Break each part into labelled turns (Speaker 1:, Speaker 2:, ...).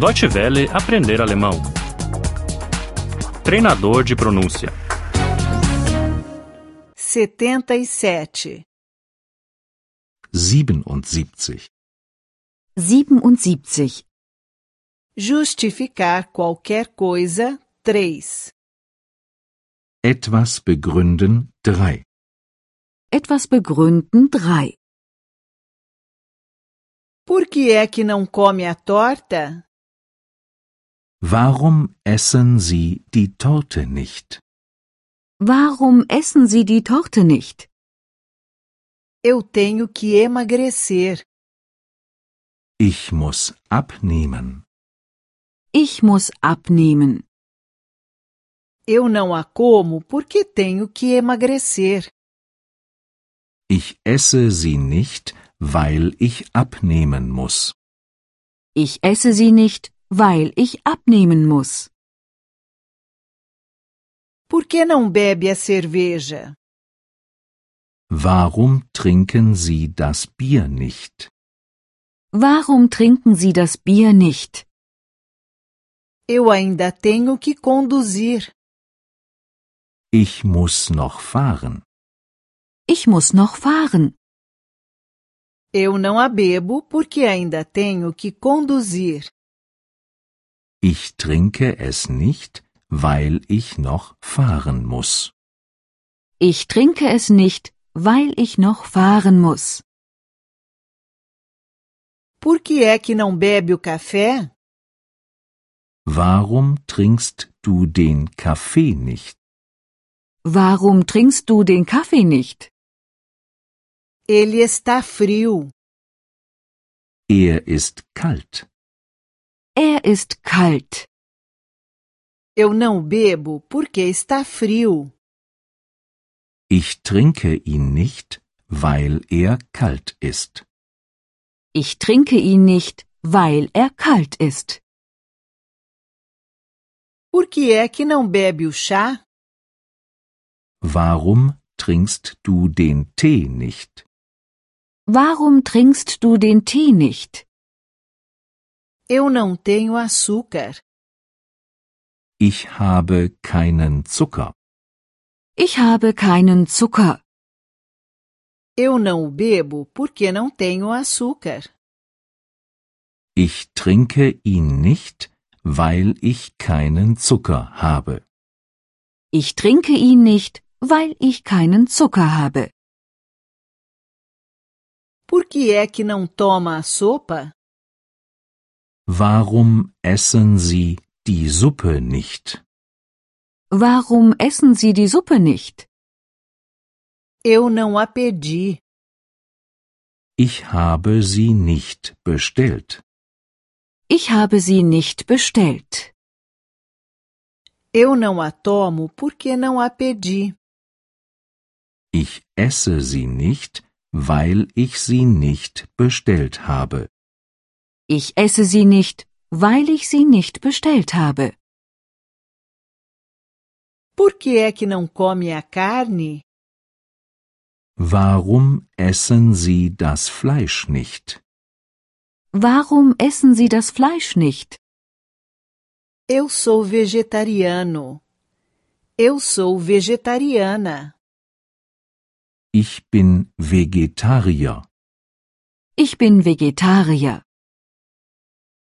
Speaker 1: Deutsche Welle aprender alemão. Treinador de pronúncia.
Speaker 2: 77.
Speaker 3: 77.
Speaker 4: 77.
Speaker 2: Justificar qualquer coisa. 3.
Speaker 3: Etwas begründen 3.
Speaker 4: Etwas begründen 3.
Speaker 2: Por que é que não come a torta?
Speaker 3: Warum essen Sie die Torte nicht?
Speaker 4: Warum essen Sie die Torte nicht?
Speaker 2: Eu tenho que emagrecer.
Speaker 3: Ich muss abnehmen.
Speaker 4: Ich muss abnehmen.
Speaker 2: Eu não a como porque tenho que emagrecer.
Speaker 3: Ich esse sie nicht, weil ich abnehmen muss.
Speaker 4: Ich esse sie nicht, weil ich abnehmen muss.
Speaker 2: Por que não bebe a cerveja?
Speaker 3: Warum trinken Sie das Bier nicht?
Speaker 4: Warum trinken Sie das Bier nicht?
Speaker 2: Eu ainda tenho que conduzir.
Speaker 3: Ich muss noch fahren.
Speaker 4: Ich muss noch fahren.
Speaker 2: Eu não a bebo porque ainda tenho que conduzir.
Speaker 3: Ich trinke es nicht, weil ich noch fahren muss.
Speaker 4: Ich trinke es nicht, weil ich noch fahren muss.
Speaker 2: Por que é que não bebe o café?
Speaker 3: Warum trinkst du den Kaffee nicht?
Speaker 4: Warum trinkst du den Kaffee nicht?
Speaker 2: Ele está frio.
Speaker 3: Er ist kalt.
Speaker 4: Er ist kalt.
Speaker 2: Eu não bebo porque está frio.
Speaker 3: Ich trinke ihn nicht, weil er kalt ist.
Speaker 4: Ich trinke ihn nicht, weil er kalt ist.
Speaker 2: Por que é que não bebe o chá?
Speaker 3: Warum trinkst du den Tee nicht?
Speaker 4: Warum trinkst du den Tee nicht?
Speaker 2: Eu não tenho açúcar.
Speaker 3: Ich habe keinen Zucker.
Speaker 4: Ich habe keinen Zucker.
Speaker 2: Eu não o bebo porque não tenho açúcar.
Speaker 3: Ich trinke ihn nicht, weil ich keinen Zucker habe.
Speaker 4: Ich trinke ihn nicht, weil ich keinen Zucker habe.
Speaker 2: Por que é que não toma a sopa?
Speaker 3: Warum essen Sie die Suppe nicht?
Speaker 4: Warum essen Sie die Suppe nicht?
Speaker 2: Eu não a pedi.
Speaker 3: Ich habe sie nicht bestellt.
Speaker 4: Ich habe sie nicht bestellt.
Speaker 2: Eu não a tomo porque não a pedi.
Speaker 3: Ich esse sie nicht, weil ich sie nicht bestellt habe.
Speaker 4: Ich esse sie nicht, weil ich sie nicht bestellt habe.
Speaker 2: Por que é que não come a carne?
Speaker 3: Warum essen Sie das Fleisch nicht?
Speaker 4: Warum essen Sie das Fleisch nicht?
Speaker 2: Eu sou vegetariano. Eu sou vegetariana.
Speaker 3: Ich bin Vegetarier.
Speaker 4: Ich bin Vegetarier.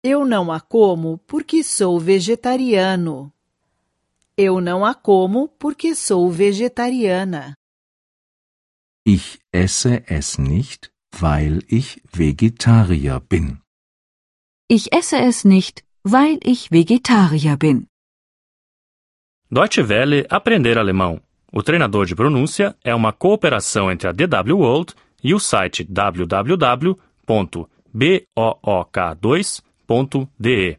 Speaker 2: Eu não a como porque sou vegetariano. Eu não a como porque sou vegetariana.
Speaker 3: Ich esse es nicht, weil ich Vegetarier bin.
Speaker 4: Ich esse es nicht, weil ich Vegetarier bin.
Speaker 1: Deutsche Welle aprender alemão. O treinador de pronúncia é uma cooperação entre a DW World e o site www.book2.de.